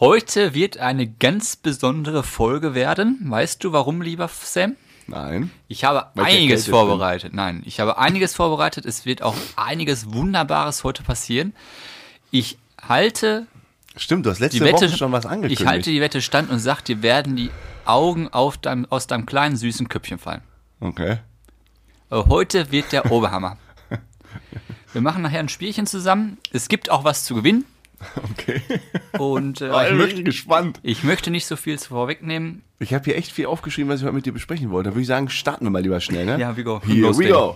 Heute wird eine ganz besondere Folge werden. Weißt du warum, lieber Sam? Nein. Ich habe Weil ich einiges erkältet vorbereitet. Nein, ich habe einiges vorbereitet. Es wird auch einiges Wunderbares heute passieren. Ich halte Stimmt, du hast die letzte Wette Woche schon was angekündigt. Ich halte die Wette stand und sag, dir werden die Augen auf deinem, aus deinem kleinen süßen Köpfchen fallen. okay. Äh, Heute wird der Oberhammer. Wir machen nachher ein Spielchen zusammen. Es gibt auch was zu gewinnen. Okay. Und Oh, äh, ich ich, bin möcht, richtig gespannt. ich möchte nicht so viel vorwegnehmen. Ich habe hier echt viel aufgeschrieben, was ich heute mit dir besprechen wollte. Da würde ich sagen, starten wir mal lieber schnell, ne? Ja, we go. Here we Loslegen. go.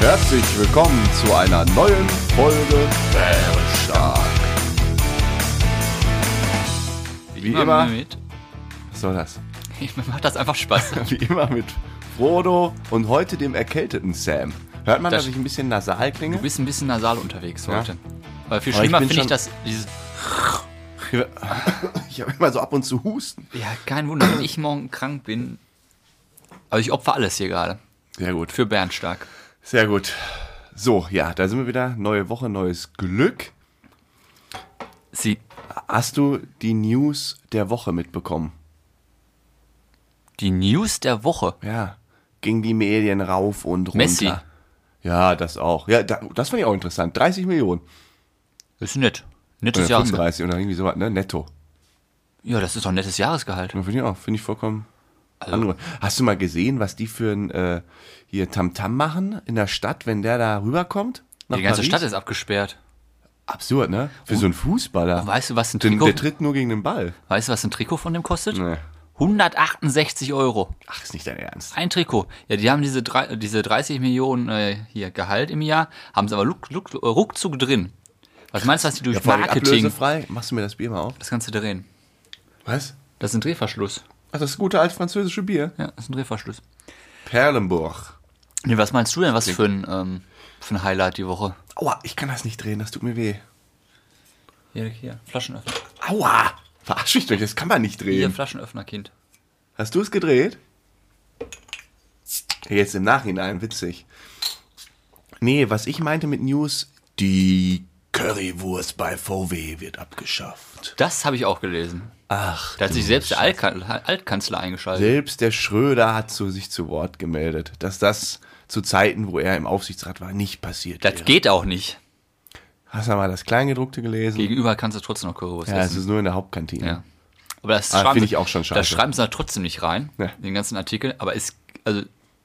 Herzlich willkommen zu einer neuen Folge Bärenstark. Wie immer. Mit, Was soll das? mir macht das einfach Spaß. Wie immer mit Frodo und heute dem erkälteten Sam. Hört man, Das- dass ich ein bisschen nasal klinge? Du bist ein bisschen nasal unterwegs heute. Weil viel Aber ich schlimmer bin finde ich schon- das. Dieses, Ich habe immer so ab und zu Husten. ja, kein Wunder, wenn ich morgen krank bin. Also ich opfer alles hier gerade. Sehr gut. Für Bernd stark. Sehr gut. So, ja, da sind wir wieder. Neue Woche, neues Glück. Sie, Hast du die News der Woche mitbekommen? die News der Woche. Ja. Ging die Medien rauf und runter. Messi. Ja, das auch. Ja, da, das fand ich auch interessant. 30 Millionen. Ist nett. Nettes Oder Jahresgehalt. 35 oder irgendwie sowas, ne? Netto. Ja, das ist doch ein nettes Jahresgehalt. Ja, Finde ich auch. Finde ich vollkommen. Also angemessen. Hast du mal gesehen, was die für ein äh, hier Tamtam machen in der Stadt, wenn der da rüberkommt? Nach Die ganze Paris? Stadt ist abgesperrt. absurd, ne? Für so einen Fußballer. Weißt du, was ein Den, Trikot, der tritt nur gegen den Ball. weißt du, was ein Trikot von dem kostet? Nee. 168 Euro. Ach, ist nicht dein Ernst. Ein Trikot. Ja, die haben diese, drei, diese 30 Millionen äh, hier Gehalt im Jahr, haben sie aber luck, luck, ruckzuck drin. Was meinst du, was die durch Vor allem Marketing ablösefrei. Machst du mir das Bier mal auf? das Ganze drehen? Was? Das ist ein Drehverschluss. Ach, das gute alte französische Bier. Ja, das ist ein Drehverschluss. Perlenburg. Nee, was meinst du denn, was für ein, ähm, für ein Highlight die Woche? Aua, ich kann das nicht drehen, das tut mir weh. Hier, hier, Flaschenöffner. Aua! Verarsch mich durch, das kann man nicht Hier, drehen. Flaschenöffner, Kind. Hast du es gedreht? Ja, Jetzt im Nachhinein, witzig. Nee, was ich meinte mit News, die Currywurst bei VW wird abgeschafft. Das habe ich auch gelesen. Ach, Da hat sich selbst der Altkan Altkanzler eingeschaltet. selbst der Schröder hat zu sich zu Wort gemeldet, dass das zu Zeiten, wo er im Aufsichtsrat war, nicht passiert Das wäre. geht auch nicht. Hast du mal das Kleingedruckte gelesen? Gegenüber kannst du trotzdem noch Currywurst ja, es essen. ist nur in der Hauptkantine. Ja. Aber das Ah, schreiben finde sie- ich auch schon scheiße. Das schreiben sie da trotzdem nicht rein, Ja. den ganzen Artikel. Aber es, also,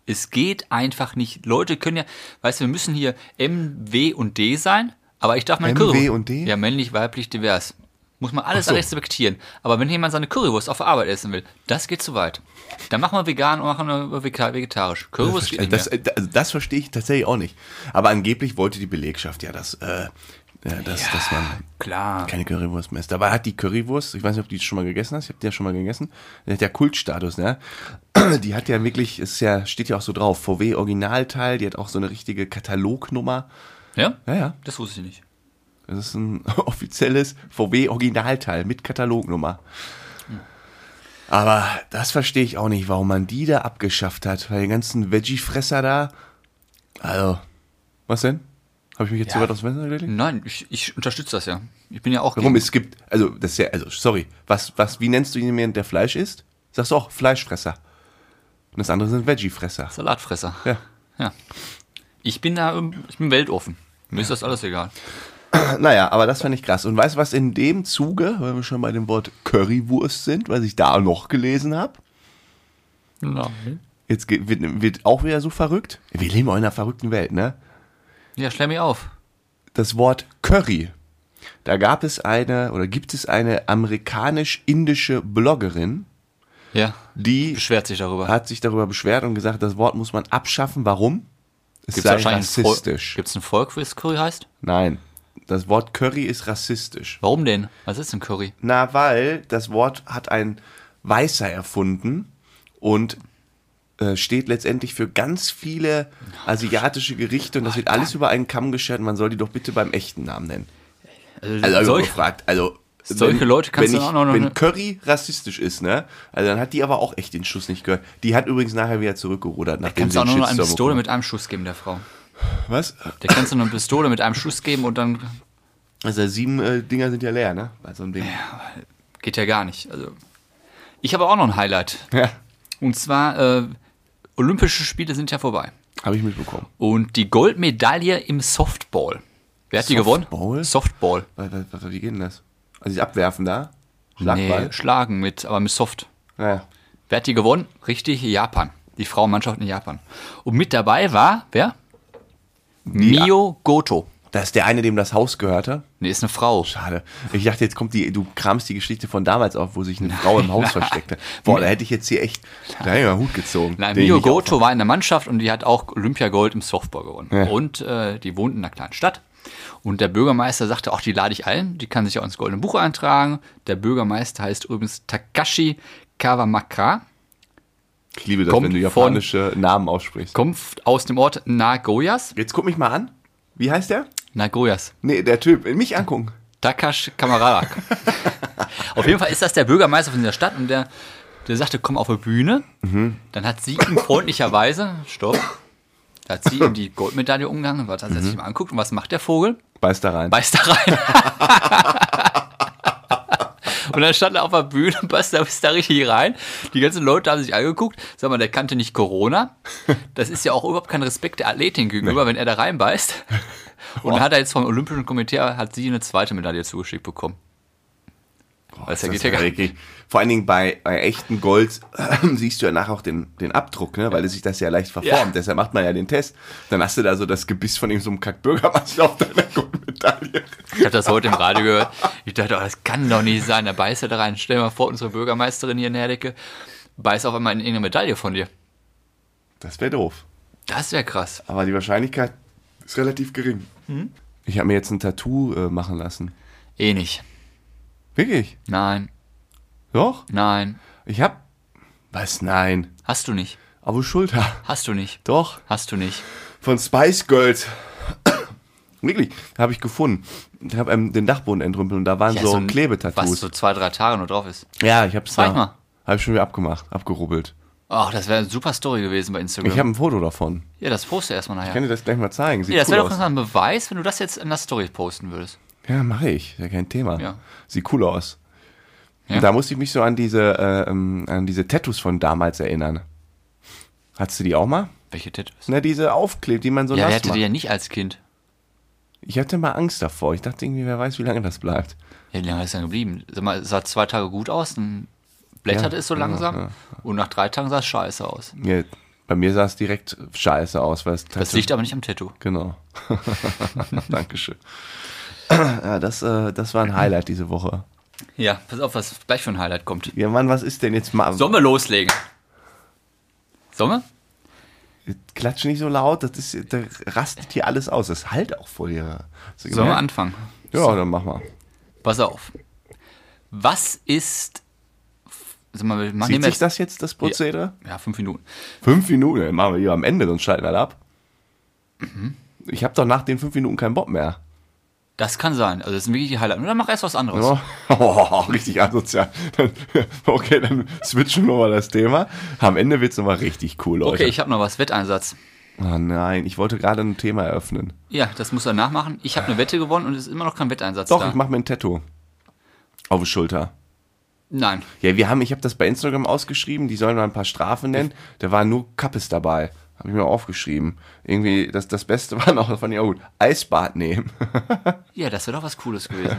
es geht einfach nicht. Leute können ja, weißt du, wir müssen hier M, W und D sein, aber ich darf meine M, Currywurst. W und D? Ja, männlich, weiblich, divers. Muss man alles Ach so. respektieren. Aber wenn jemand seine Currywurst auf der Arbeit essen will, das geht zu weit. Dann machen wir vegan und machen wir vega- vegetarisch. Currywurst geht nicht das, mehr. äh, also das verstehe ich tatsächlich auch nicht. Aber angeblich wollte die Belegschaft ja, dass, äh, ja, dass, dass man Klar. keine Currywurst mehr isst. Dabei hat die Currywurst, ich weiß nicht, ob du die schon mal gegessen hast, ich habe die ja schon mal gegessen, die hat ja Kultstatus, ne? Die hat ja wirklich, ist ja, steht ja auch so drauf, VW Originalteil, die hat auch so eine richtige Katalognummer. Ja? Ja, ja, Das wusste ich nicht. das ist ein offizielles VW Originalteil mit Katalognummer. Aber das verstehe ich auch nicht, warum man die da abgeschafft hat, weil die ganzen Veggie-Fresser da. Also, was denn? Habe ich mich jetzt Ja. so weit aus dem Fenster gelegt? Nein, ich, ich unterstütze das ja. Ich bin ja auch Warum gegen- es gibt, also das ist ja, also sorry, was, was, wie nennst du jemanden, der Fleisch isst? Sagst du auch Fleischfresser. Und das andere sind Veggie-Fresser. Salatfresser. Ja. Ja. Ich bin da, ähm, ich bin weltoffen. Mir ist das alles egal. Ah, Naja, aber das fand ich krass. Und weißt du, was in dem Zuge, weil wir schon bei dem Wort Currywurst sind, was ich da noch gelesen habe? Jetzt geht, wird, wird auch wieder so verrückt. Wir leben auch in einer verrückten Welt, ne? Ja, stell mich auf. Das Wort Curry. Da gab es eine oder gibt es eine amerikanisch-indische Bloggerin, Ja, die beschwert sich darüber. hat sich darüber beschwert und gesagt, das Wort muss man abschaffen. Warum? Es Gibt's sei wahrscheinlich ein Volk- rassistisch. Gibt's ein Volk, wie es Curry heißt? Nein, das Wort Curry ist rassistisch. Warum denn? Was ist denn Curry? Na, weil das Wort hat ein Weißer erfunden und äh, steht letztendlich für ganz viele asiatische Gerichte und das wird alles über einen Kamm geschert und man soll die doch bitte beim echten Namen nennen. Also, also solch, gefragt, also solche Leute kannst wenn du auch ich, noch- Wenn Curry rassistisch ist, ne? Also dann hat die aber auch echt den Schuss nicht gehört. Die hat übrigens nachher wieder zurückgerudert. Nach kannst du auch nur noch eine Pistole mit einem Schuss geben, der Frau. Was? Da kannst du eine Pistole mit einem Schuss geben und dann Also sieben äh, Dinger sind ja leer, ne? Bei so einem Ding. geht ja gar nicht. Also, ich habe auch noch ein Highlight. Ja. Und zwar, äh, Olympische Spiele sind ja vorbei. Habe ich mitbekommen. Und die Goldmedaille im Softball. Wer hat die gewonnen? Softball? Softball. Was, was, was, wie geht denn das? Also dieses Abwerfen da? Schlagball? Nee, schlagen mit, aber mit Soft. Naja. Wer hat die gewonnen? Richtig, Japan. Die Frauenmannschaft in Japan. Und mit dabei war, wer? Mio Goto. Das ist der eine, dem das Haus gehörte. Nee, ist eine Frau. Schade. Ich dachte, jetzt kommt die, du kramst die Geschichte von damals auf, wo sich eine Frau im Haus versteckte. Boah, da hätte ich jetzt hier echt, da hätte ich mal Hut gezogen. Nein, Den ich Mio nicht Goto war in der Mannschaft und die hat auch Olympiagold im Softball gewonnen. Und äh, die wohnt in einer kleinen Stadt. Und der Bürgermeister sagte, ach, die lade ich ein, die kann sich auch ins Goldene Buch eintragen. Der Bürgermeister heißt übrigens Takashi Kawamakra, auf- Ich liebe das, Kommt wenn du von- japanische Namen aussprichst. kommt aus dem Ort Nagoyas. Jetzt guck mich mal an. Wie heißt der? Nagoyas. Nee, der Typ. Mich angucken. Takash Kamaradak. auf jeden Fall ist das der Bürgermeister von dieser Stadt und der, der sagte, komm auf die Bühne. Dann hat sie ihm freundlicherweise, stopp, da hat sie ihm die Goldmedaille umgehangen, was hat er sich mal anguckt und was macht der Vogel? Beiß da rein. Beißt da rein. Und dann stand er auf der Bühne und beißt da, beißt da richtig rein. Die ganzen Leute haben sich angeguckt. Sag mal, der kannte nicht Corona. Das ist ja auch überhaupt kein Respekt der Athletin gegenüber, wenn er da reinbeißt. Und dann hat er jetzt vom Olympischen Komitee, hat sie eine zweite Medaille zugeschickt bekommen. Boah, das ist geht ja gar wirklich- Vor allen Dingen bei, bei echten Gold siehst du ja nachher auch den, den Abdruck, ne? weil sich das ja leicht verformt. Ja. Deshalb macht man ja den Test. Dann hast du da so das Gebiss von irgendeinem so Kackbürgermeister auf deiner Goldmedaille. Ich habe das heute im Radio gehört. Ich dachte, oh, das kann doch nicht sein. Da beißt er da rein. Stell dir mal vor, unsere Bürgermeisterin hier in Herdecke beißt auf einmal in irgendeine Medaille von dir. Das wäre doof. Das wäre krass. Aber die Wahrscheinlichkeit ist relativ gering. Hm? Ich habe mir jetzt ein Tattoo äh, machen lassen. Eh nicht. Wirklich? Nein, Doch? nein. Ich habe. Was? Nein. Hast du nicht. Auf die Schulter. Hast du nicht. Doch. Hast du nicht. Von Spice Girls. Wirklich, habe ich gefunden. Ich habe ähm, den Dachboden entrümpelt und da waren so, ein- Was Klebetattoos. so zwei, drei Tage nur drauf ist. Ja, ich hab's Zeig mal. Hab ich schon wieder abgemacht, abgerubbelt. Ach, das wäre eine super Story gewesen bei Instagram. Ich habe ein Foto davon. ja, das poste erstmal nachher. Ich kann dir das gleich mal zeigen. Sieht Ja, das cool wäre doch aus. ein Beweis, wenn du das jetzt in der Story posten würdest. Ja, mache ich. Ist Ja, kein Thema. Ja. Sieht cool aus. Ja. Und Da musste ich mich so an diese, äh, ähm, an diese Tattoos von damals erinnern. Hattest du die auch mal? Welche Tattoos? Na, diese aufklebt, die man so Ja, wer nass hätte macht. die ja nicht als Kind. Ich hatte mal Angst davor. Ich dachte irgendwie, wer weiß, wie lange das bleibt. Ja, wie lange ist denn geblieben? Sag mal, es sah zwei Tage gut aus, dann blätterte Ja, es so ja, langsam. ja. Und nach drei Tagen sah es scheiße aus. Mir, bei mir sah es direkt scheiße aus, weil es Das liegt aber nicht am Tattoo. Genau. Dankeschön. ja, das, äh, das war ein Highlight diese Woche. Ja, pass auf, was gleich für ein Highlight kommt. Ja, Mann, was ist denn jetzt mal? Sollen wir loslegen? Sollen wir? Klatsch nicht so laut, das ist, da rastet hier alles aus. Das halt auch voll hier. Hast du Sollen wir gemerkt? anfangen? Ja, dann mach mal. Pass auf. Was ist. Sag mal, wir machen Zieht nehmen sich jetzt. das jetzt, das Prozedere? Ja, fünf Minuten. Fünf Minuten, dann machen wir hier am Ende, sonst schalten alle ab. Mhm. Ich habe doch nach den fünf Minuten keinen Bock mehr. Das kann sein. Also, das sind wirklich die Highlights. Oder mach erst was anderes. Oh, richtig asozial. Dann- Okay, dann switchen wir mal das Thema. Am Ende wird's nochmal richtig cool, Leute. okay, ich habe noch was. Wetteinsatz. Oh nein, ich wollte gerade ein Thema eröffnen. Ja, das muss er nachmachen. Ich habe eine Wette gewonnen und es ist immer noch kein Wetteinsatz Doch, da. ich mache mir ein Tattoo. Auf die Schulter. Nein. Ja, wir haben, ich habe das bei Instagram ausgeschrieben, die sollen mal ein paar Strafen nennen. Da waren nur Kappes dabei. Habe ich mir aufgeschrieben. Irgendwie, das, das Beste war noch, das fand ich auch gut, Eisbad nehmen. Ja, das wäre doch was Cooles gewesen.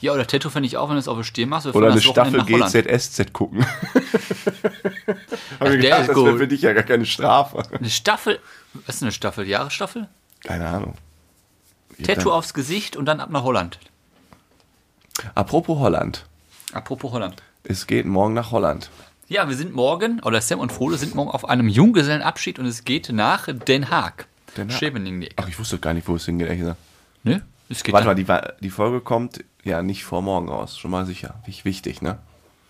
ja. oder Tattoo fände ich auch, wenn du es auf der Stirn machst. Wir fahren Oder eine das Wochenende Staffel nach Holland. GZSZ gucken. Hab der mir gedacht, ist das wäre gut. für dich ja gar keine Strafe. Eine Staffel. Was ist eine Staffel? Jahresstaffel? Keine Ahnung. Tattoo aufs Gesicht und dann ab nach Holland. Apropos Holland. Apropos Holland. Es geht morgen nach Holland. Ja, wir sind morgen, oder Sam und Frodo sind morgen auf einem Junggesellenabschied und es geht nach Den Haag. Den Haag. Scheveningen. Ach, ich wusste gar nicht, wo es hingeht. ehrlich gesagt. Ne? Es geht Warte nach- mal, die, Wa- die Folge kommt ja nicht vor morgen raus. Schon mal sicher. Wich- Wichtig, ne?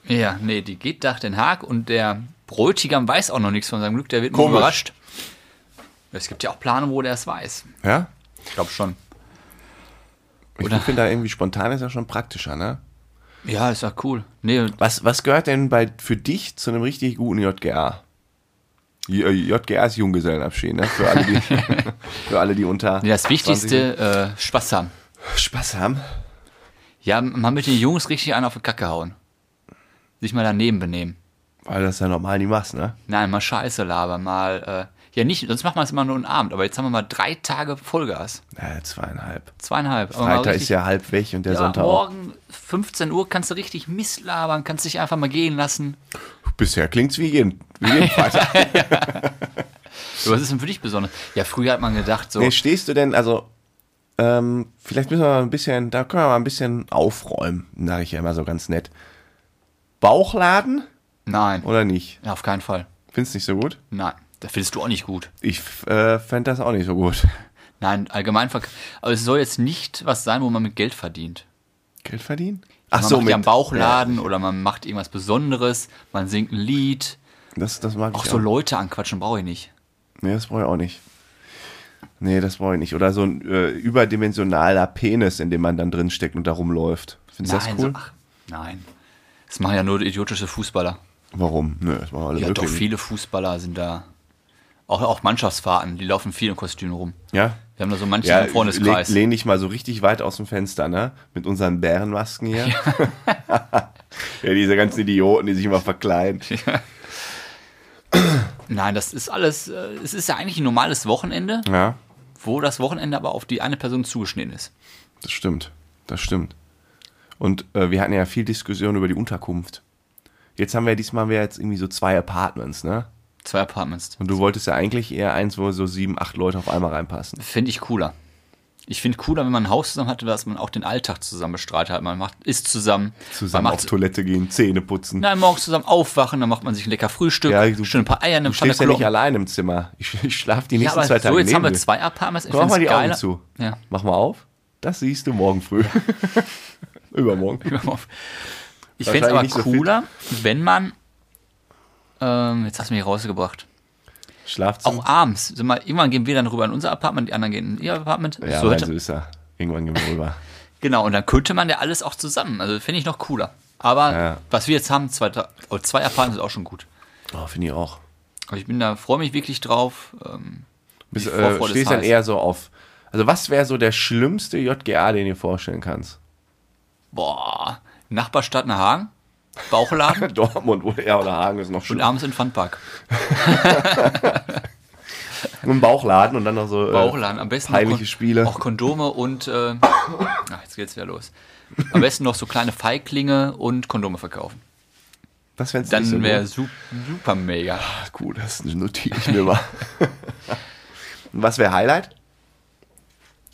Ja, nee, die geht nach Den Haag und der Bräutigam weiß auch noch nichts von seinem Glück, der wird Komisch. nur überrascht. Es gibt ja auch Pläne, wo der es weiß. Ja? Ich glaube schon. Ich Oder- finde da irgendwie spontan ist ja schon praktischer, ne? Ja, ist ja cool. Nee, Was, was gehört denn bei, für dich zu einem richtig guten JGA? J- JGR ist Junggesellenabschied, ne? Für alle, die, für alle, die unter. Nee, Das 20 Wichtigste, äh, Spaß haben. Spaß haben. Ja, man mit den Jungs richtig einen auf die Kacke hauen. Sich mal daneben benehmen. Weil du das ja normal nie machst, ne? Nein, mal Scheiße labern, mal. Äh, ja, nicht, sonst macht man es immer nur einen Abend, aber jetzt haben wir mal drei Tage Vollgas. Naja, zweieinhalb. Zweieinhalb. Aber mal Freitag richtig- ist ja halb weg und der Ja, Sonntag auch. morgen 15 Uhr kannst du richtig Mist labern, kannst dich einfach mal gehen lassen. Bisher klingt's wie jeden, wie jeden Freitag. Aber Was ist denn für dich besonders? Ja, früher hat man gedacht, so. Nee, stehst du denn, also, ähm, vielleicht müssen wir mal ein bisschen, da können wir mal ein bisschen aufräumen, sage ich ja immer so ganz nett. Bauchladen nein, oder nicht? Ja, auf keinen Fall. Findest nicht so gut? Nein, das findest du auch nicht gut. Ich äh, fänd das auch nicht so gut. Nein, Allgemeinverkehr. Aber es soll jetzt nicht was sein, wo man mit Geld verdient. Geld verdienen? Ach Man macht ja einen Bauchladen oder man macht irgendwas Besonderes, man singt ein Lied. Ja, das, das mag Auch ich so auch. Leute anquatschen brauche ich nicht. Nee, das brauche ich auch nicht. Nee, das brauche ich nicht. Oder so ein äh, überdimensionaler Penis, in dem man dann drin steckt und da rumläuft. Findest du das nein, cool? so, ach, nein. Das machen ja nur idiotische Fußballer. Warum? Nö, das machen alle Ja, wirklich. doch viele Fußballer sind da. Auch, auch Mannschaftsfahrten, die laufen viel in Kostümen rum. Ja? Wir haben da so manchen Ja, im Freundeskreis. lehn, lehn dich mal so richtig weit aus dem Fenster, ne? Mit unseren Bärenmasken hier. Ja, diese ganzen Idioten, die sich immer verkleiden. Nein, das ist alles, äh, es ist ja eigentlich ein normales Wochenende, Ja, wo das Wochenende aber auf die eine Person zugeschnitten ist. das stimmt. Das stimmt. Und äh, wir hatten ja viel Diskussion über die Unterkunft. Jetzt haben wir diesmal haben wir jetzt irgendwie so zwei Apartments, ne? Zwei Apartments. Und du wolltest ja eigentlich eher eins, wo so sieben, acht Leute auf einmal reinpassen. Finde ich cooler. Ich finde cooler, wenn man ein Haus zusammen hat, dass man auch den Alltag zusammen bestreitet hat. Man macht, isst zusammen. Zusammen man auf macht, Toilette gehen, Zähne putzen. Nein, morgens zusammen aufwachen, dann macht man sich ein lecker Frühstück, Ja, du- schön ein paar Eier in du einem schläfst ja Pfannekuchen. nicht allein im Zimmer. Ich, ich schlafe die Ja, nächsten aber zwei Tage so, jetzt neben haben wir dir. zwei Apartments. Ich Mach mal find's die Augen geiler. zu. Ja. Mach mal auf. Das siehst du morgen früh. Übermorgen. Ich fände es aber nicht so fit. cooler, wenn man. Ähm, jetzt hast du mich rausgebracht. Schlafzimmer. Auch abends. Sag mal, irgendwann gehen wir dann rüber in unser Apartment, die anderen gehen in ihr Apartment. ja, so nein, hätte, so ist er. Irgendwann gehen wir rüber. Genau, und dann könnte man ja alles auch zusammen. Also finde ich noch cooler. Aber Ja. was wir jetzt haben, zwei, Ta- oh, zwei Apartments ist auch schon gut. Oh, finde ich auch. Aber ich bin da, freue mich wirklich drauf. Ähm, Bist, Die äh, Vorfreude ist stehst dann heiß. eher so auf. Also, was wäre so der schlimmste JGA, den du dir vorstellen kannst? boah, Nachbarstadt nach Hagen, Bauchladen Dortmund oder, ja, oder Hagen ist noch und schlimm. abends in den Funpark. Im Bauchladen und dann noch so. äh, Bauchladen, am besten. peinliche auch Kon- Spiele. Auch Kondome und. Äh, ach, jetzt geht's wieder los. Am besten noch so kleine Feiglinge und Kondome verkaufen. Das fändest du ne? nicht so Dann gut. wäre super, super mega. Ah, Cool, das notiere ich mir mal. Und Was wäre Highlight?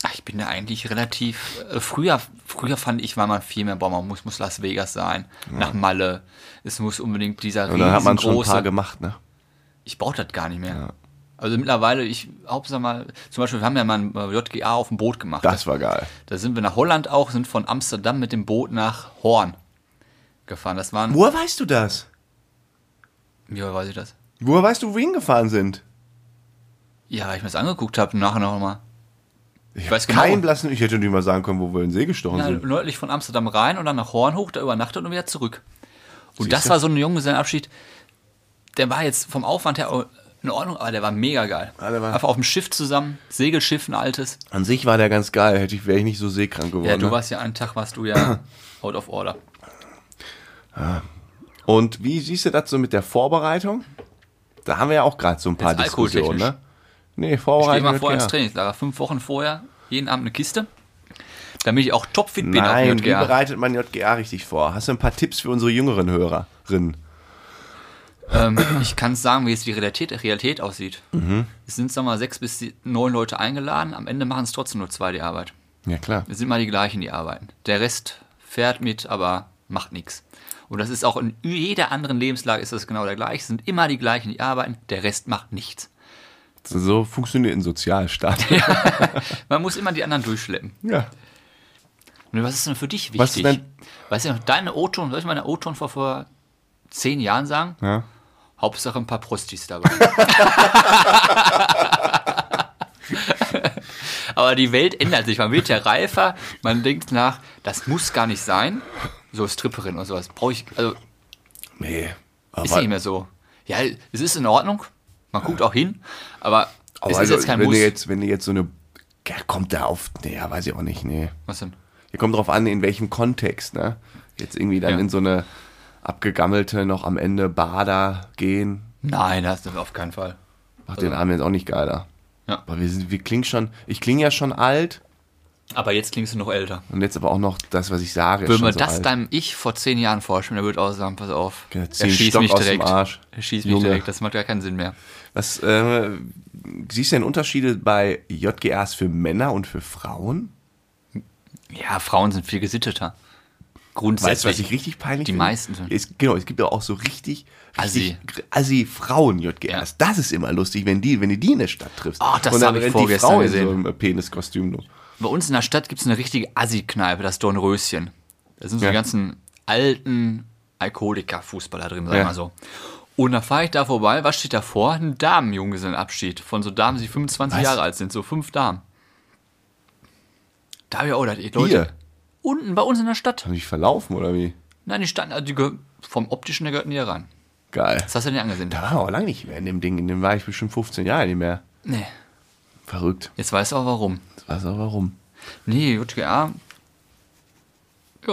Ach, Ich bin da eigentlich relativ. Äh, früher, früher fand ich, war man viel mehr, boah, man muss, muss Las Vegas sein, nach Malle. Es muss unbedingt dieser Und dann hat man schon ein paar riesengroße. gemacht, ne? Ich brauche das gar nicht mehr. Also mittlerweile, ich hauptsache mal, zum Beispiel, wir haben ja mal ein äh, JGA auf dem Boot gemacht. Das war geil. Da sind wir nach Holland auch, sind von Amsterdam mit dem Boot nach Horn gefahren. Das waren. Woher weißt du das? Wie weiß ich das? Woher weißt du, wo wir hingefahren sind? Ja, weil ich mir das angeguckt habe, nachher noch mal. Ich, weiß hab keinen genau. blassen, ich hätte nicht mal sagen können, wo wir in den See gestochen Ja, sind. nördlich von Amsterdam rein und dann nach Horn hoch, da übernachtet und wieder zurück. Und Siehste? das war so ein Junggesellenabschied, der war jetzt vom Aufwand her in Ordnung, aber der war mega geil. Ja, der war- Einfach auf dem Schiff zusammen, Segelschiff, ein altes. An sich war der ganz geil, hätte ich, wäre ich nicht so seekrank geworden. Ja, du ne? warst ja einen Tag, warst du ja out of order. Und wie siehst du das so mit der Vorbereitung? Da haben wir ja auch gerade so ein paar Jetzt Diskussionen, alkoholtechnisch. ne? Nee, Ich gehe Vorbereitung. mal vorher ins JGA. Trainingslager, fünf Wochen vorher, jeden Abend eine Kiste, damit ich auch topfit bin Nein, auf wie dem JGA. bereitet man JGA richtig vor? Hast du ein paar Tipps für unsere jüngeren Hörerinnen? Ähm, ich kann sagen, wie es die Realität, Realität aussieht. Es sind, sagen wir mal, sechs bis sie- neun Leute eingeladen, am Ende machen es trotzdem nur zwei die Arbeit. Ja, klar. Es sind mal die gleichen, die arbeiten. Der Rest fährt mit, aber macht nichts. Und das ist auch in jeder anderen Lebenslage ist das genau der gleiche. Es sind immer die gleichen, die arbeiten, der Rest macht nichts. So funktioniert ein Sozialstaat. Man muss immer die anderen durchschleppen. ja. Und was ist denn für dich wichtig? Was denn? Weißt du, noch, deine O-Ton, soll ich meine O-Ton vor, vor zehn Jahren sagen? ja. Hauptsache ein paar Prostis dabei. Aber die Welt ändert sich. Man wird ja reifer. Man denkt nach, das muss gar nicht sein. So Stripperin und sowas. Brauche ich, also Nee. Ist nicht mehr so. Ja, es ist in Ordnung. Man guckt auch hin, aber Aber es also, ist jetzt kein wenn Muss. ihr jetzt, wenn ihr jetzt so eine, ja, kommt da auf, nee, ja, weiß ich auch nicht, nee. Was denn? Hier kommt drauf an, in welchem Kontext, ne? Jetzt irgendwie dann Ja. in so eine abgegammelte, noch am Ende Bader gehen, Nein, das ist auf keinen Fall. macht den Abend jetzt auch nicht geiler. Ja. Aber wir sind, wir klingen schon, ich klinge ja schon alt Aber jetzt klingst du noch älter. und jetzt aber auch noch das, was ich sage. ist Würde schon man so das alt. deinem Ich vor zehn Jahren vorstellen, der würde auch sagen, pass auf, Ja, er zieh einen schießt Stock mich aus dem direkt. Arsch, Er schießt mich Junge. direkt, das macht gar keinen Sinn mehr. Was, äh, siehst du denn Unterschiede bei JGRs für Männer und für Frauen? Ja, Frauen sind viel gesitteter. Weißt Grundsätzlich. du, was ich richtig peinlich Die finde? meisten sind- Es, genau, es gibt ja auch so richtig, Assi. richtig assi Frauen JGRs. Ja. Das ist immer lustig, wenn die, wenn du die in der Stadt triffst. Ach, das Und dann hab ich rennt die vorgestern Frau in gesehen. so einem äh, Peniskostüm los. Bei uns in der Stadt gibt es eine richtige Assi-Kneipe, das Dornröschen. Da sind so Ja. die ganzen alten Alkoholiker-Fußballer drin, sag Ja. mal so. Und da fahre ich da vorbei, was steht da vor? Ein Damenjunggesellenabschied von so Damen, die 25 Was? Jahre alt sind, so fünf Damen. Da hab ich auch gedacht, ey, Leute, Hier. unten bei uns in der Stadt. Haben die sich verlaufen oder wie? Nein, die standen, also die gehör- vom Optischen, der gehörten die ja rein. Geil. Das hast du dir angesehen. Da war ich auch lange nicht mehr in dem Ding. In dem war ich bestimmt 15 Jahre nicht mehr. Nee, Verrückt. jetzt weißt du auch warum. Das weiß auch warum. Nee, JGA. Aber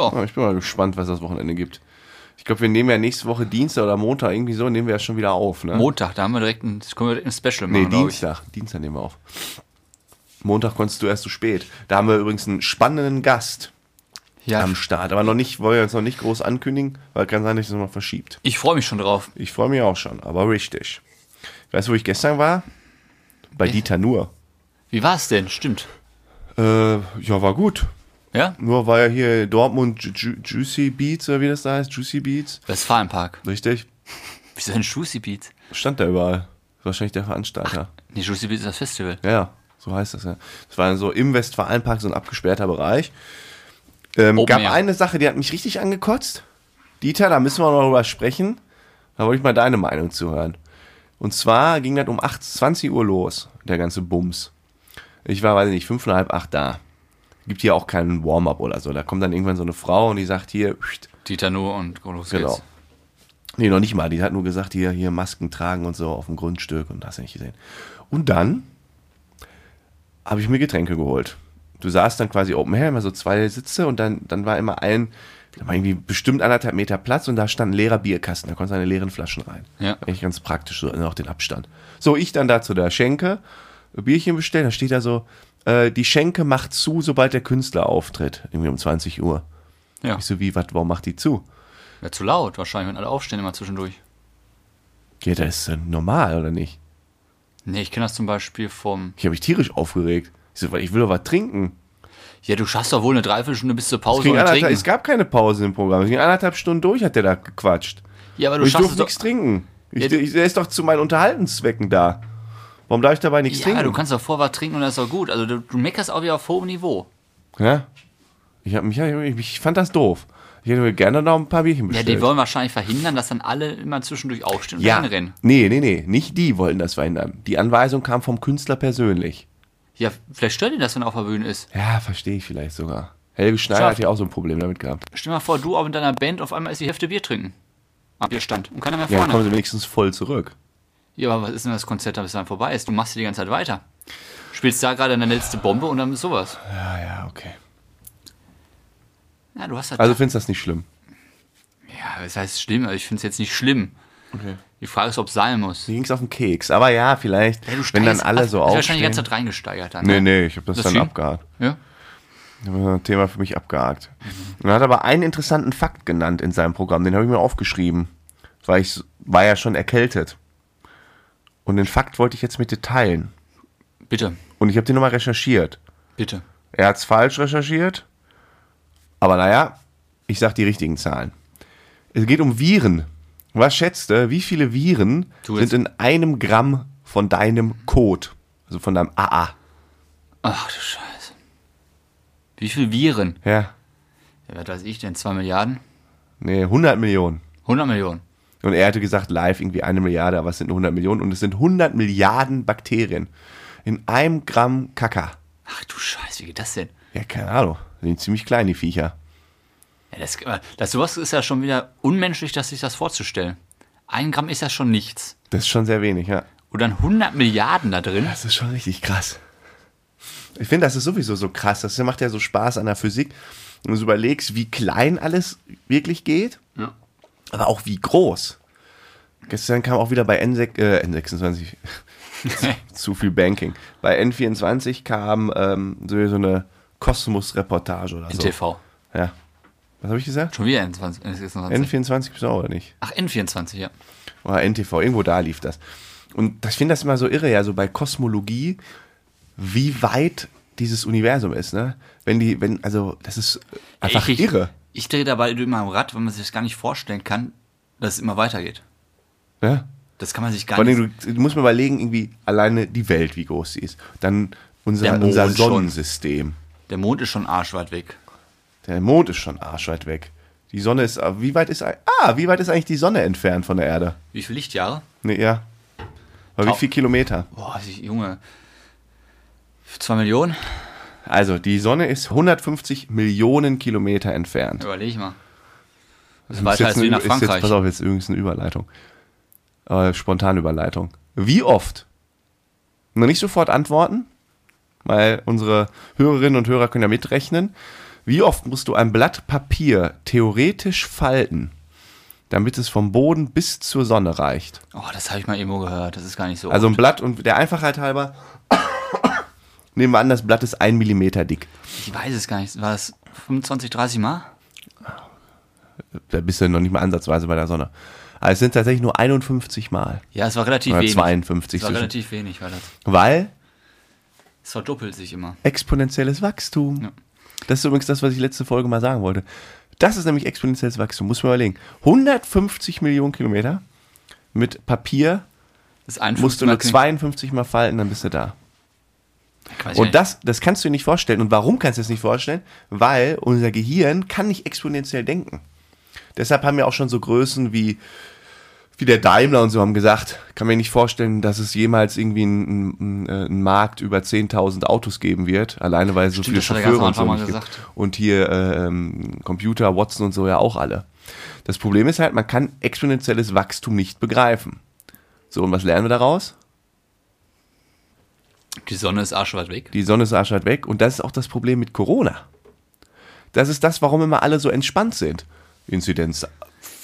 Ja, Oh, Ich bin mal gespannt, was das Wochenende gibt. Ich glaube, wir nehmen ja nächste Woche Dienstag oder Montag irgendwie so, nehmen wir ja schon wieder auf. Ne? Montag, da haben wir direkt ein, das können wir direkt ein Special machen, Nee, glaub ich. Dienstag. Dienstag nehmen wir auf. Montag konntest du erst zu spät. Da haben wir übrigens einen spannenden Gast Ja, am Start. Aber noch nicht, wollen wir uns noch nicht groß ankündigen, weil kann sein, dass es nochmal verschiebt. ich freue mich schon drauf. Ich freue mich auch schon, aber richtig. Weißt du, wo ich gestern war? Bei Dieter Nuhr. Wie war es denn? Stimmt. Äh, ja, war gut. Ja? Nur war ja hier Dortmund Ju Ju Juicy Beats, oder wie das da heißt, Juicy Beats. Westfalenpark. Richtig. Wieso denn Juicy Beats? Stand da überall. Wahrscheinlich der Veranstalter. Nee, Juicy Beats ist das Festival. Ja, Ja, so heißt das ja. Es war so im Westfalenpark so ein abgesperrter Bereich. Ähm, Open gab Air. eine Sache, die hat mich richtig angekotzt. Dieter, da müssen wir noch drüber sprechen. Da wollte ich mal deine Meinung zu hören. Und zwar ging das um 8, 20 Uhr los, der ganze Bums. Ich war, weiß ich nicht, fünf und halb acht da. Gibt hier auch keinen Warm-up oder so. Da kommt dann irgendwann so eine Frau und die sagt hier, pst, Dieter Nuhr und los Genau. geht's. Nee, noch nicht mal. Die hat nur gesagt, hier, hier Masken tragen und so auf dem Grundstück und hast du nicht gesehen. Und dann habe ich mir Getränke geholt. Du saßt dann quasi Open Air, immer so zwei Sitze und dann, dann war immer ein, da war irgendwie bestimmt anderthalb Meter Platz und da stand ein leerer Bierkasten, da konntest du deine leeren Flaschen rein. Ja. Eigentlich ganz praktisch, so also auch den Abstand. So, ich dann da zu der Schenke, Bierchen bestellen, da steht da so, äh, die Schenke macht zu, sobald der Künstler auftritt, irgendwie um 20 Uhr. Ja. Ich so, wie, was, warum macht die zu? Wäre zu laut wahrscheinlich, wenn alle aufstehen immer zwischendurch. Ja, das ist äh, normal, oder nicht? Nee, ich kenne das zum Beispiel vom. Ich habe mich tierisch aufgeregt. Ich so, weil ich will doch was trinken. Ja, du schaffst doch wohl eine Dreiviertelstunde bis zur Es, Pause ging ohne anderthalb- es Trinken. gab keine Pause im Programm. Es ging anderthalb Stunden durch, hat der da gequatscht. Ja, aber Und du ich schaffst es durfte doch. nichts trinken. Ich, Ja, du- ich, der ist doch zu meinen Unterhaltenszwecken da. Warum darf ich dabei nichts Ja, trinken? du kannst doch vorwärts trinken und das ist doch gut. Also du, du meckerst auch wieder auf hohem Niveau. ja? Ich, hab, mich, ich, ich fand das doof. Ich hätte mir gerne noch ein paar Bierchen Ja, bestellt. die wollen wahrscheinlich verhindern, dass dann alle immer zwischendurch aufstehen und ja. reinrennen. Nee, nee, nee. Nicht die wollten das verhindern. Die Anweisung kam vom Künstler persönlich. Ja, vielleicht stört ihn das, wenn er auf der Bühne ist. Ja, verstehe ich vielleicht sogar. Helge Schneider Schafft. hat ja auch so ein Problem damit gehabt. Stell dir mal vor, du auch mit deiner Band auf einmal ist die Hälfte Bier trinken. Am Bierstand. Und keiner mehr Ja, dann vorne. kommen sie wenigstens voll zurück. Ja, aber was ist denn das Konzert, bis dann vorbei ist? Du machst ja die ganze Zeit weiter. Spielst da gerade deine letzte Bombe und dann ist sowas. Ja, ja, okay. Ja, du hast halt. Also findest du das nicht schlimm? ja, das heißt schlimm, also ich finde es jetzt nicht schlimm. Okay. Die Frage ist, ob es sein muss. Mir ging's auf den Keks, aber ja, vielleicht, wenn dann alle so aufstehen. wahrscheinlich die aufstehen. ganze Zeit reingesteigert dann. Nee, ne? nee, ich habe das, Das dann viel? abgehakt. Ja? Ich hab das Thema für mich abgehakt. Und er hat aber einen interessanten Fakt genannt in seinem Programm, den habe ich mir aufgeschrieben, weil ich war ja schon erkältet. Und den Fakt wollte ich jetzt mit dir teilen. Bitte, Und ich habe den nochmal recherchiert. bitte. Er hat's falsch recherchiert, aber naja, ich sag die richtigen Zahlen. Es geht um Viren. Was schätzt du, wie viele Viren Du sind jetzt- in einem Gramm von deinem Code, also von deinem AA? Ach du Scheiße. Wie viel Viren? Ja, Ja, was weiß ich denn? 2 Milliarden? nee, 100 Millionen. 100 Millionen. Und er hatte gesagt, live irgendwie eine Milliarde, aber es sind nur 100 Millionen und es sind 100 Milliarden Bakterien in einem Gramm Kaka. Ach du Scheiße, wie geht das denn? Ja, keine Ahnung, sind ziemlich klein, die Viecher. Ja, das, äh, das sowas ist ja schon wieder unmenschlich, dass sich das vorzustellen. Ein Gramm ist ja schon nichts. Das ist schon sehr wenig, ja. Und dann 100 Milliarden da drin. Das ist schon richtig krass. Ich finde, das ist sowieso so krass. Das macht ja so Spaß an der Physik. Wenn du so überlegst, wie klein alles wirklich geht, Ja. aber auch wie groß. Gestern kam auch wieder bei N6, äh, N26, zu viel Banking. Bei N24 kam ähm, so so eine Kosmos-Reportage oder so. NTV. Ja. Was habe ich gesagt? Schon wieder N20. N24. N24 bist du auch, oder nicht? Ach, N24, ja. Oder NTV, irgendwo da lief das. Und das- ich finde das immer so irre, ja, so bei Kosmologie, wie weit dieses Universum ist, ne? Wenn die, wenn, also, das ist einfach ich, irre. Ich, ich drehe dabei immer am Rad, weil man sich das gar nicht vorstellen kann, dass es immer weitergeht. Ne? Das kann man sich gar Vor nicht. allem, du, du musst mal überlegen, irgendwie alleine die Welt, wie groß sie ist. Dann Der unser, Mond unser schon. Sonnensystem. Der Mond ist schon arschweit weg. Der Mond ist schon arschweit weg. Die Sonne ist, ah, wie weit ist, ei- ah, wie weit ist eigentlich die Sonne entfernt von der Erde? Wie viele Lichtjahre? Nee, ja. Aber wie Tau- viel Kilometer? Boah, ich- Junge. Zwei Millionen? Also, die Sonne ist 150 Millionen Kilometer entfernt. Überleg mal. Das ist Ist weiter jetzt als eine wie Ü- nach ist jetzt, Frankreich. pass auf, jetzt irgendeine Überleitung. Äh, spontane Überleitung. Wie oft? Noch nicht sofort antworten, weil unsere Hörerinnen und Hörer können ja mitrechnen. Wie oft musst du ein Blatt Papier theoretisch falten, damit es vom Boden bis zur Sonne reicht? oh, das habe ich mal irgendwo gehört. Das ist gar nicht so. Also ein Blatt und der Einfachheit halber, nehmen wir an, das Blatt ist ein Millimeter dick. ich weiß es gar nicht. War das 25, 30 Mal? Da bist du noch nicht mal ansatzweise bei der Sonne. Aber es sind tatsächlich nur 51 Mal. Ja, es war relativ Oder wenig. 52 Es war zwischen- relativ wenig, weil das. Weil Es verdoppelt sich immer. exponentielles Wachstum. Ja. Das ist übrigens das, was ich letzte Folge mal sagen wollte. Das ist nämlich exponentielles Wachstum, muss man überlegen. 150 Millionen Kilometer mit Papier Das ist musst du nur 52 mal falten, dann bist du da. Und das, das kannst du dir nicht vorstellen. Und warum kannst du es nicht vorstellen? Weil unser Gehirn kann nicht exponentiell denken. Deshalb haben ja auch schon so Größen wie, wie der Daimler und so haben gesagt, kann mir nicht vorstellen, dass es jemals irgendwie einen, einen, äh, einen Markt über 10.000 Autos geben wird. Alleine weil es so Stimmt, viele das hat er ganz Chauffeure am und so Anfang nicht mal gibt. gesagt. Und hier äh, ähm, Computer, Watson und so ja auch alle. Das Problem ist halt, man kann exponentielles Wachstum nicht begreifen. So, und was lernen wir daraus? Die Sonne ist arschweit weg. Die Sonne ist arschweit weg. Und das ist auch das Problem mit Corona. Das ist das, warum immer alle so entspannt sind. Inzidenz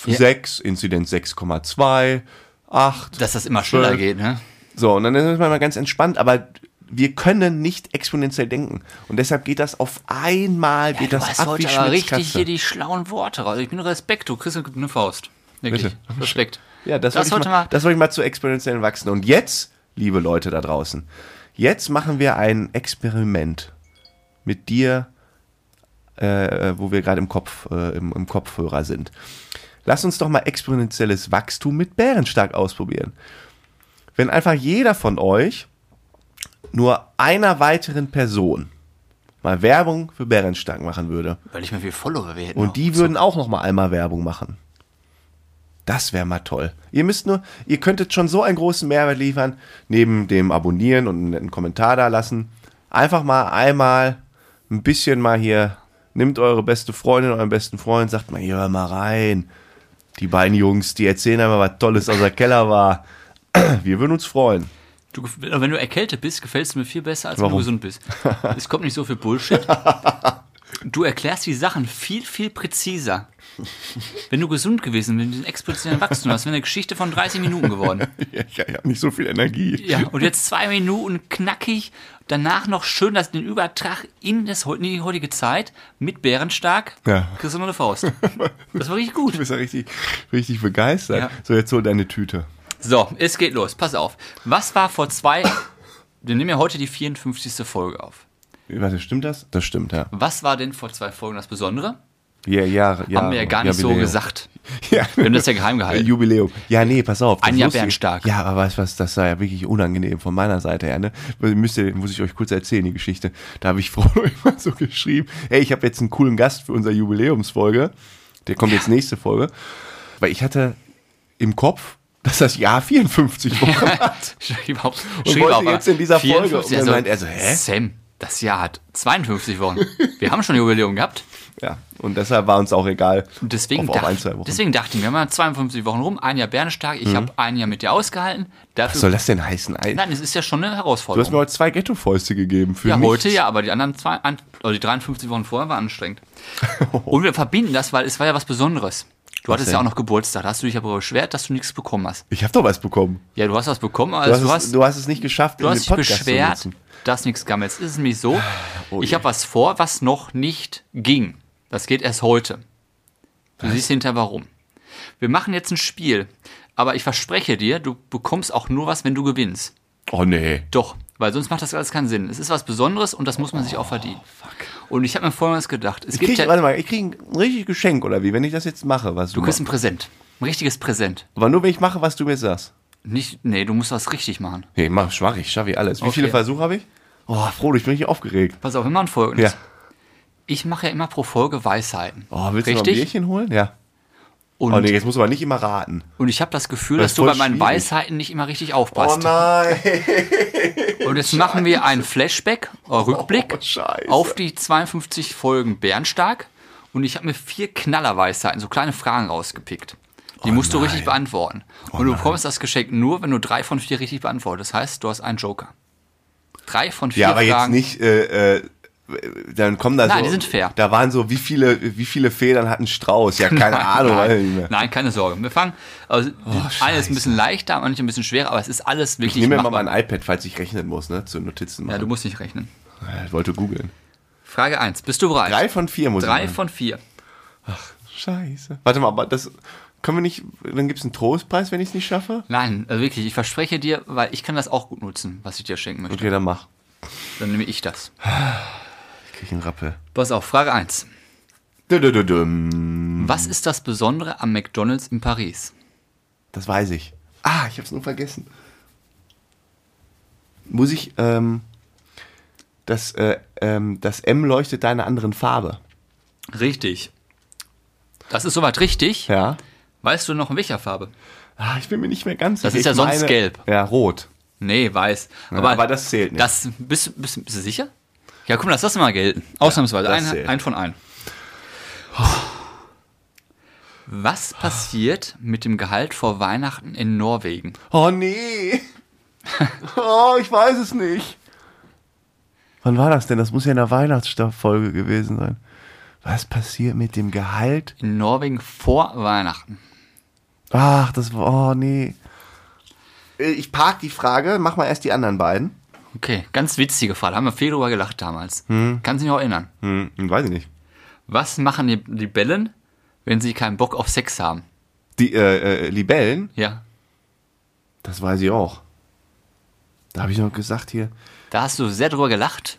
Ja. 6, Inzidenz 6,2, 8. Dass das immer schneller Zwölf. geht, ne? So, und dann ist man mal ganz entspannt, aber wir können nicht exponentiell denken. Und deshalb geht das auf einmal, geht das ab wie richtig hier Schmitzkatze. die schlauen Worte raus. Ich bin Respekt, du kriegst eine Faust. Wirklich. Bitte. Respekt. Ja, das, Das wollte ich sollte mal, mal- das wollte ich mal zu exponentiellen Wachsen. Und jetzt, liebe Leute da draußen, jetzt machen wir ein Experiment mit dir, äh, wo wir gerade im Kopf, äh, im, im Kopfhörer sind. Lass uns doch mal exponentielles Wachstum mit Bärenstark ausprobieren. Wenn einfach jeder von euch nur einer weiteren Person mal Werbung für Bärenstark machen würde Weil ich mir viel Follower wir hätten. und auch. die würden auch noch mal einmal Werbung machen. Das wäre mal toll. Ihr müsst nur, ihr könntet schon so einen großen Mehrwert liefern, neben dem Abonnieren und einen netten Kommentar da lassen. Einfach mal einmal ein bisschen mal hier, nimmt eure beste Freundin, euren besten Freund, sagt mal, hier hör mal rein. Die beiden Jungs, die erzählen einmal, was Tolles aus der Keller war. Wir würden uns freuen. Du, gef- wenn du erkältet bist, gefällst du mir viel besser, als wenn Warum? du gesund bist. Es kommt nicht so viel Bullshit. Du erklärst die Sachen viel, viel präziser. Wenn du gesund gewesen bist, mit diesem exponentiellen Wachstum, das wäre eine Geschichte von 30 Minuten geworden. Ich habe nicht so viel Energie. Ja, und jetzt zwei Minuten knackig, danach noch schön dass den Übertrag in, das, heu- in die heutige Zeit mit Bärenstark, Ja. kriegst du noch eine Faust. Das war richtig gut. Du bist ja richtig, richtig begeistert. Ja. So, jetzt hol deine Tüte. So, es geht los, pass auf. Was war vor zwei, wir nehmen ja heute die 54. Folge auf. Warte, stimmt das? Das stimmt, ja. Was war denn vor zwei Folgen das Besondere? Ja, Jahre, Jahre. Haben wir ja gar nicht so Jubiläum. gesagt. Ja. Wir haben das ja geheim gehalten. Jubiläum. Ja, nee, pass auf. das Anja wusste ich- Bernstark. Ja, aber weißt du was, das war ja wirklich unangenehm von meiner Seite her. Ne? Weil Müsst ihr, muss ich euch kurz erzählen, die Geschichte. Da habe ich Frodo immer so geschrieben, hey, ich habe jetzt einen coolen Gast für unsere Jubiläumsfolge. Der kommt jetzt nächste Folge. Weil ich hatte im Kopf, dass das Jahr 54 Wochen hat. Schrieb auf, wollte aber jetzt in dieser Folge. 54, Und dann also, meint er so, hä? Sam, das Jahr hat 52 Wochen. Wir haben schon Jubiläum gehabt. Ja, und deshalb war uns auch egal. Und deswegen, ob auf dacht- ein, zwei Wochen. Mhm. deswegen dachte ich mir, mal 52 Wochen rum, ein Jahr Bärenstark, ich habe ein Jahr mit dir ausgehalten. Dafür, Was soll das denn heißen? Ein- Nein, es ist ja schon eine Du hast mir Herausforderung. heute zwei Ghetto-Fäuste gegeben für Ja, mich. heute ja, aber die anderen zwei, an, also die 53 Wochen vorher war anstrengend. Und wir verbinden das, weil es war ja was Besonderes. Du hattest ja denn? auch noch Geburtstag, da hast du dich aber beschwert, dass du nichts bekommen hast. Ich habe doch was bekommen. Ja, du hast was bekommen, Du, also du hast, hast, es, du hast, du hast es nicht geschafft, in den dich Podcast zu beschwert, nutzen. dass nichts kam. Jetzt ist es nämlich so, ich je. habe was vor, was noch nicht ging. Das geht erst heute. Du siehst hinter warum. Wir machen jetzt ein Spiel, aber ich verspreche dir, du bekommst auch nur was, wenn du gewinnst. Oh nee. Doch, weil sonst macht das alles keinen Sinn. Es ist was Besonderes und das muss man sich auch verdienen. Und ich habe mir vorhin was gedacht. Es Oh, Ich gibt krieg, ja, warte mal, ich kriege ein richtiges Geschenk, oder wie, wenn ich das jetzt mache, was du, du kriegst machst. ein Präsent. Ein richtiges Präsent. Aber nur, wenn ich mache, was du mir sagst. Nicht, nee, du musst was richtig machen. Nee, mach, mach ich, schaffe ich alles. Wie Okay. viele Versuche habe ich? Oh, Frodo, ich bin richtig aufgeregt. Pass auf, wir machen folgendes. Ja. Ich mache ja immer pro Folge Weisheiten. Oh, willst du mal ein richtig? Bierchen holen? Ja. Und, Oh nee, jetzt muss man nicht immer raten. und ich habe das Gefühl, Das dass ist du bei voll meinen schwierig. Weisheiten nicht immer richtig aufpasst. Oh, nein. und jetzt machen wir einen Flashback, äh, Rückblick Oh, scheiße. auf die 52 Folgen Bernstark. Und ich habe mir vier Knallerweisheiten, so kleine Fragen rausgepickt. Die musst du richtig Oh nein. beantworten. und du bekommst das Geschenk nur, wenn du drei von vier richtig beantwortest. Das heißt, du hast einen Joker. Drei von vier Ja, aber jetzt Fragen. nicht, äh, äh, dann kommen da Nein, so. die sind fair. Da waren so, wie viele, wie viele Federn hat ein Strauß? Ja, keine Ahnung. weiß ich nicht Oh, Nein, mehr. nein, keine Sorge. Wir fangen. Also, eine ist ein bisschen leichter, manche ein bisschen schwerer, aber es ist alles wirklich. Nimm mir mal machbar. mein iPad, falls ich rechnen muss, ne? Zu Notizen Ja, machen. du musst nicht rechnen. Äh, Ich wollte googeln. Frage 1. Bist du bereit? Drei von vier muss Drei ich machen. von vier. Scheiße. Warte mal, aber das können wir nicht. Dann gibt es einen Trostpreis, wenn ich es nicht schaffe? Nein, also wirklich, ich verspreche dir, weil ich kann das auch gut nutzen, was ich dir schenken möchte. Okay, dann mach. Dann nehme ich das. Ich krieg einen Rappel. Pass auf, Frage 1. Dü-dü-dü-düm. Was ist das Besondere am McDonalds in Paris? Das weiß ich. Ah, ich hab's nur vergessen. Muss ich, ähm, das, äh, ähm, das M leuchtet da in einer anderen Farbe. Richtig. Das ist soweit richtig. Ja. Weißt du noch in welcher Farbe? Ah, ich bin mir nicht mehr ganz Das ist ja Ich sonst gelb. Ja, rot. Nee, weiß. Ja, aber das zählt nicht. Das, bist, bist, bist du sicher? Ja, komm, lass das mal gelten. Ausnahmsweise. das ein, zählt. ein von ein. Was passiert mit dem Gehalt vor Weihnachten in Norwegen? Oh nee. oh, ich weiß es nicht. Wann war das denn? Das muss ja in der Weihnachtsfolge gewesen sein. Was passiert mit dem Gehalt? In Norwegen vor Weihnachten. Ach, das war. Oh nee. Äh, Ich park die Frage, mach mal erst die anderen beiden. Okay, ganz witzige Frage. Da haben wir viel drüber gelacht damals. Kannst du dich noch erinnern? Hm, weiß ich nicht. Was machen die Libellen, wenn sie keinen Bock auf Sex haben? Die äh, äh, Libellen, Ja. das weiß ich auch. Da habe ich noch gesagt hier. Da hast du sehr drüber gelacht.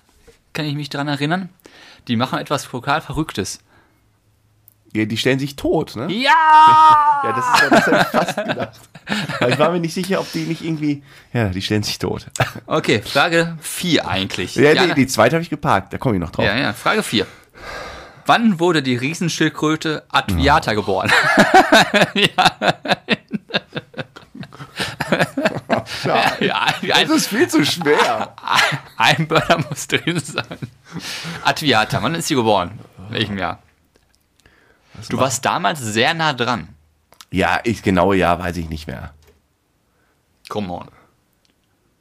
Kann ich mich dran erinnern? Die machen etwas lokal Verrücktes. Ja, die stellen sich tot, ne? Ja! Ja, das, ist, ja- das hab ich fast gedacht. Aber ich war mir nicht sicher, ob die nicht irgendwie. Ja, die stellen sich tot. Okay, Frage 4 eigentlich. Ja, ja, die, die zweite habe ich geparkt, da komme ich noch drauf. ja, ja, Frage 4. Wann wurde die Riesenschildkröte Adviata geboren? Klar. ja, ein, ist viel zu schwer. ein Börder muss drin sein. Adviata, wann ist sie geboren? In welchem Jahr? Du warst damals sehr nah dran. Ja, ich genaue Jahr weiß ich nicht mehr. Come on.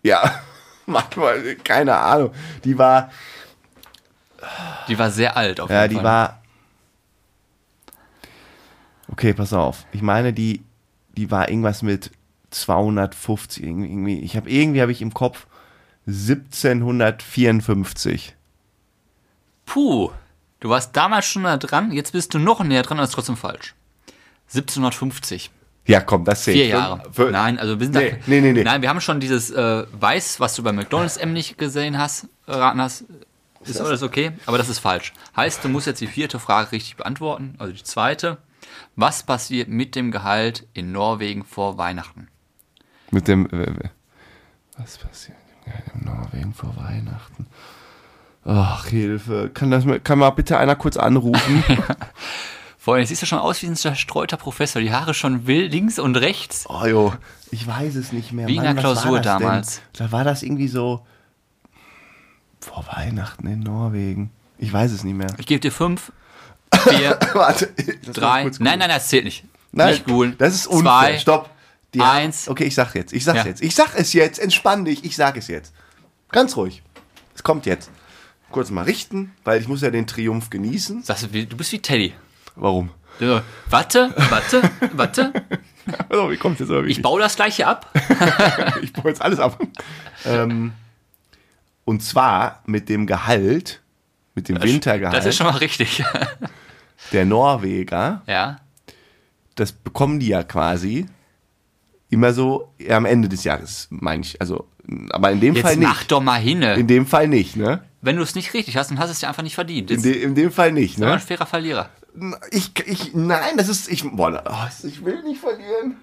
Ja, manchmal, keine Ahnung. Die war, Die war sehr alt auf jeden ja, die Fall. war. Okay, pass auf. Ich meine, die, die war irgendwas mit 250 irgendwie- irgendwie. Ich habe irgendwie habe ich im Kopf 1754. Puh, du warst damals schon nah dran, jetzt bist du noch näher dran, aber ist trotzdem falsch. 1750. Ja, komm, das zählt. Vier Jahre. Fünf- Nein, also wir sind Nee, da, nee, nee, nee. Nein, wir haben schon dieses äh, Weiß, was du bei McDonalds M nicht gesehen hast, äh, raten hast. Ist alles okay, aber das ist falsch. Heißt, du musst jetzt die vierte Frage richtig beantworten, also die zweite. Was passiert mit dem Gehalt in Norwegen vor Weihnachten? Mit dem. äh, äh, Was passiert in Norwegen vor Weihnachten? Ach, Hilfe. Kann, das, mal- kann mal bitte einer kurz anrufen? Vor allem, siehst du schon aus wie ein zerstreuter Professor, die Haare schon wild links und rechts. oh, jo. Ich weiß es nicht mehr. Wie in der was war Klausur das denn? damals. Da war das irgendwie so. Vor Weihnachten in Norwegen. Ich weiß es nicht mehr. Ich gebe dir fünf, vier, Warte. das war drei. kurz- Nein, nein, das zählt nicht. Nein, nicht googeln. Das ist unfair. Zwei. Stopp. Die eins. Haben, okay, ich sag's jetzt. Ich sag's Ja. jetzt. Ich sag es jetzt. Entspann dich. Ich sag es jetzt. Ganz ruhig. Es kommt jetzt. Kurz mal richten, weil ich muss ja den Triumph genießen. Sagst du, wie- du bist wie Teddy. Warum? So, Warte, warte, warte. Also, wie kommt jetzt aber Ich baue das gleich hier ab. Ich baue jetzt alles ab. ähm, und zwar mit dem Gehalt, mit dem Wintergehalt Das ist schon mal richtig. der Norweger. Ja. Das bekommen die ja quasi immer so ja, am Ende des Jahres, meine ich. Also, aber in dem Fall Jetzt nicht. mach doch mal In hin. dem Fall nicht, ne? Wenn du es nicht richtig hast, dann hast du es ja einfach nicht verdient. In, Jetzt de, in dem Fall nicht, bist du ne? ein fairer Verlierer. Ich, ich, nein, das ist, ich, boah, oh, ich will nicht verlieren.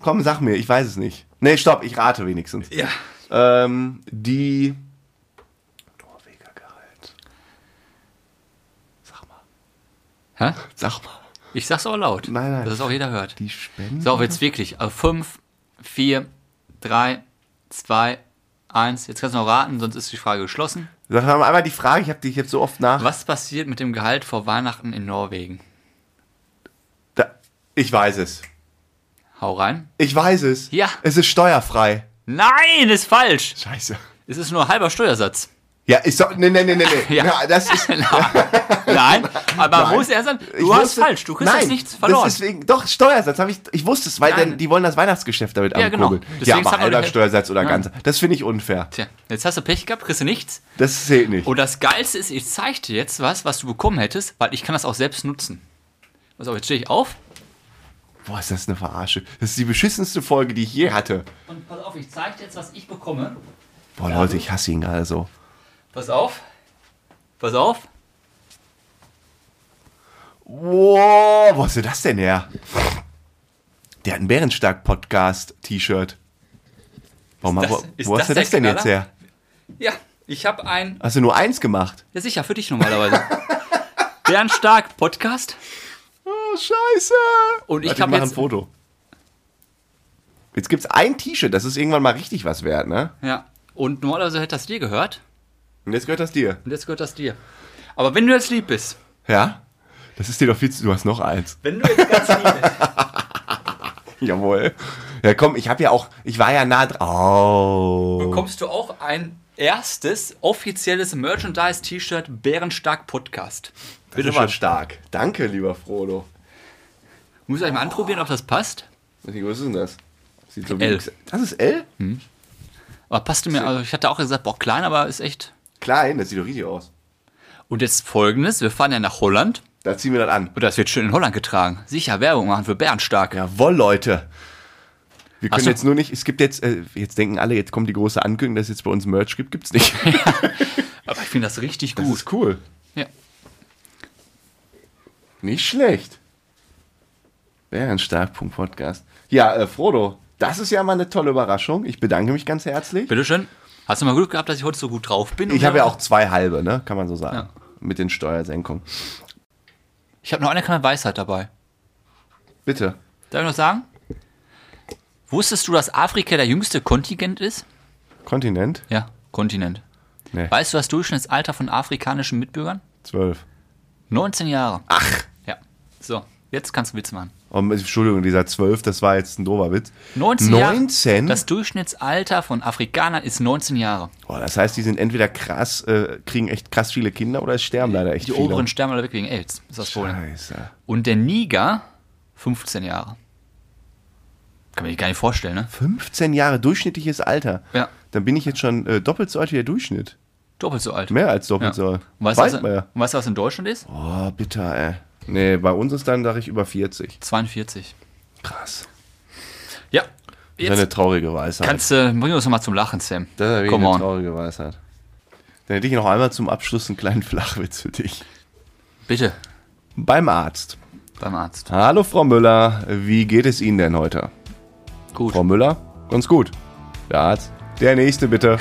Komm, sag mir, ich weiß es nicht. Nee, stopp, ich rate wenigstens. Ja. Ähm, die. Norwegergehalt. Sag mal. Hä? Sag mal. Ich sag's auch laut. Nein, nein. Dass es auch jeder hört. Die Spende. So, jetzt wirklich. Also fünf, vier, drei, zwei, eins. Jetzt kannst du noch raten, sonst ist die Frage geschlossen. Sag mal einmal die Frage, ich habe dich jetzt so oft nach. Was passiert mit dem Gehalt vor Weihnachten in Norwegen? Da, ich weiß es. Hau rein. Ich weiß es. Ja. Es ist steuerfrei. Nein, ist falsch. Scheiße. Es ist nur halber Steuersatz. Ja, ist doch. Nee, nee, nee, nee, nee. Ja. Genau. Na, das ist. Nein, aber Nein. wo ist er sein? Ich Du hast wusste- falsch. Du kriegst Nein, jetzt nichts verloren. Das ist wegen, doch, Steuersatz habe ich, ich wusste es, weil Nein. dann, die wollen das Weihnachtsgeschäft damit Ja, genau. ankurbeln. Ja, Deswegen aber sagen wir halber doch- Steuersatz oder Ja. ganz. Das finde ich unfair. Tja, jetzt hast du Pech gehabt, kriegst du nichts. Das zählt nicht. Und das Geilste ist, ich zeig dir jetzt was, was du bekommen hättest, weil ich kann das auch selbst nutzen. Also jetzt stehe ich auf. Boah, ist das eine Verarsche. Das ist die beschissenste Folge, die ich je hatte. Und pass auf, ich zeig dir jetzt, was ich bekomme. Boah, Leute, ich hasse ihn gerade so. Pass auf. Pass auf. Wow, wo hast du das denn her? Der hat einen Bärenstark-Podcast-T-Shirt. Warum, Ist das- wo, ist wo hast das du der das denn jetzt Knaller? her? Ja, ich habe ein. Hast du nur eins gemacht? Ja, sicher, für dich normalerweise. Bernd Stark Podcast. Oh, scheiße. Und ich Warte, hab mach jetzt- ein Foto. Jetzt gibt's ein T-Shirt, das ist irgendwann mal richtig was wert, ne? Ja. Und normalerweise hätte das dir gehört. Und jetzt gehört das dir. Und jetzt gehört das dir. Aber wenn du jetzt lieb bist. Ja? Das ist dir doch viel zu... Du hast noch eins. Wenn du jetzt ganz lieb bist. Jawohl. Ja, komm, ich habe ja auch... Ich war ja nah dran. Oh. Bekommst du auch ein erstes offizielles Merchandise-T-Shirt Bärenstark Podcast. Bitte schon stark. Danke, lieber Frodo. Muss ich mal anprobieren, ob das passt. Was ist denn das? Sieht so L. Das ist L? Hm. Aber passte mir, also ich hatte auch gesagt, boah, klein, aber ist echt. Klein, das sieht doch riesig aus. Und jetzt folgendes: Wir fahren ja nach Holland Da ziehen wir das an. und das wird schön in Holland getragen. Sicher Werbung machen für Bärenstark. Jawohl, Leute. Wir können so. jetzt nur nicht, es gibt jetzt, äh, jetzt denken alle, jetzt kommt die große Ankündigung, dass es jetzt bei uns Merch gibt, gibt's nicht. Aber ich finde das richtig gut. ist cool. ja. Nicht schlecht. Wäre ein Startpunkt Podcast. Ja, äh, Frodo, das ist ja mal eine tolle Überraschung. Ich bedanke mich ganz herzlich. Bitteschön. Hast du mal Glück gehabt, dass ich heute so gut drauf bin? Ich Oder? habe ja auch zwei halbe, ne? Kann man so sagen. Ja. Mit den Steuersenkungen. Ich habe noch eine kleine Weisheit dabei. Bitte. Darf ich noch sagen? Wusstest du, dass Afrika der jüngste Kontinent ist? Kontinent? Ja, Kontinent. Nee. Weißt du das Durchschnittsalter von afrikanischen Mitbürgern? Zwölf. 19 Jahre. Ach. Ja. So, jetzt kannst du Witz machen. Oh, Entschuldigung, dieser 12, das war jetzt ein dober Witz. 19? 19? Jahre. Das Durchschnittsalter von Afrikanern ist 19 Jahre. Boah, das heißt, die sind entweder krass, äh, kriegen echt krass viele Kinder oder es sterben leider echt Die viele. oberen sterben alle weg wegen AIDS. Ist das Problem. Scheiße. Und der Niger, 15 Jahre. Kann man sich gar nicht vorstellen, ne? 15 Jahre durchschnittliches Alter. Ja. Dann bin ich jetzt schon äh, doppelt so alt wie der Durchschnitt. Doppelt so alt. Mehr als doppelt Ja. so alt. Und weißt, du, was, Weit mehr. und weißt du, was in Deutschland ist? Oh, bitter, ey. Nee, bei uns ist dann, sag ich, über 40. 42. Krass. Ja. Das ist eine Jetzt traurige Weisheit. kannst du, bring uns nochmal zum Lachen, Sam. das ist wirklich Come eine on. traurige Weisheit. Dann hätte ich noch einmal zum Abschluss einen kleinen Flachwitz für dich. Bitte, Beim Arzt. beim Arzt. Hallo, Frau Müller. Wie geht es Ihnen denn heute? Gut. Frau Müller? Ganz gut. Der Arzt. Der nächste, bitte.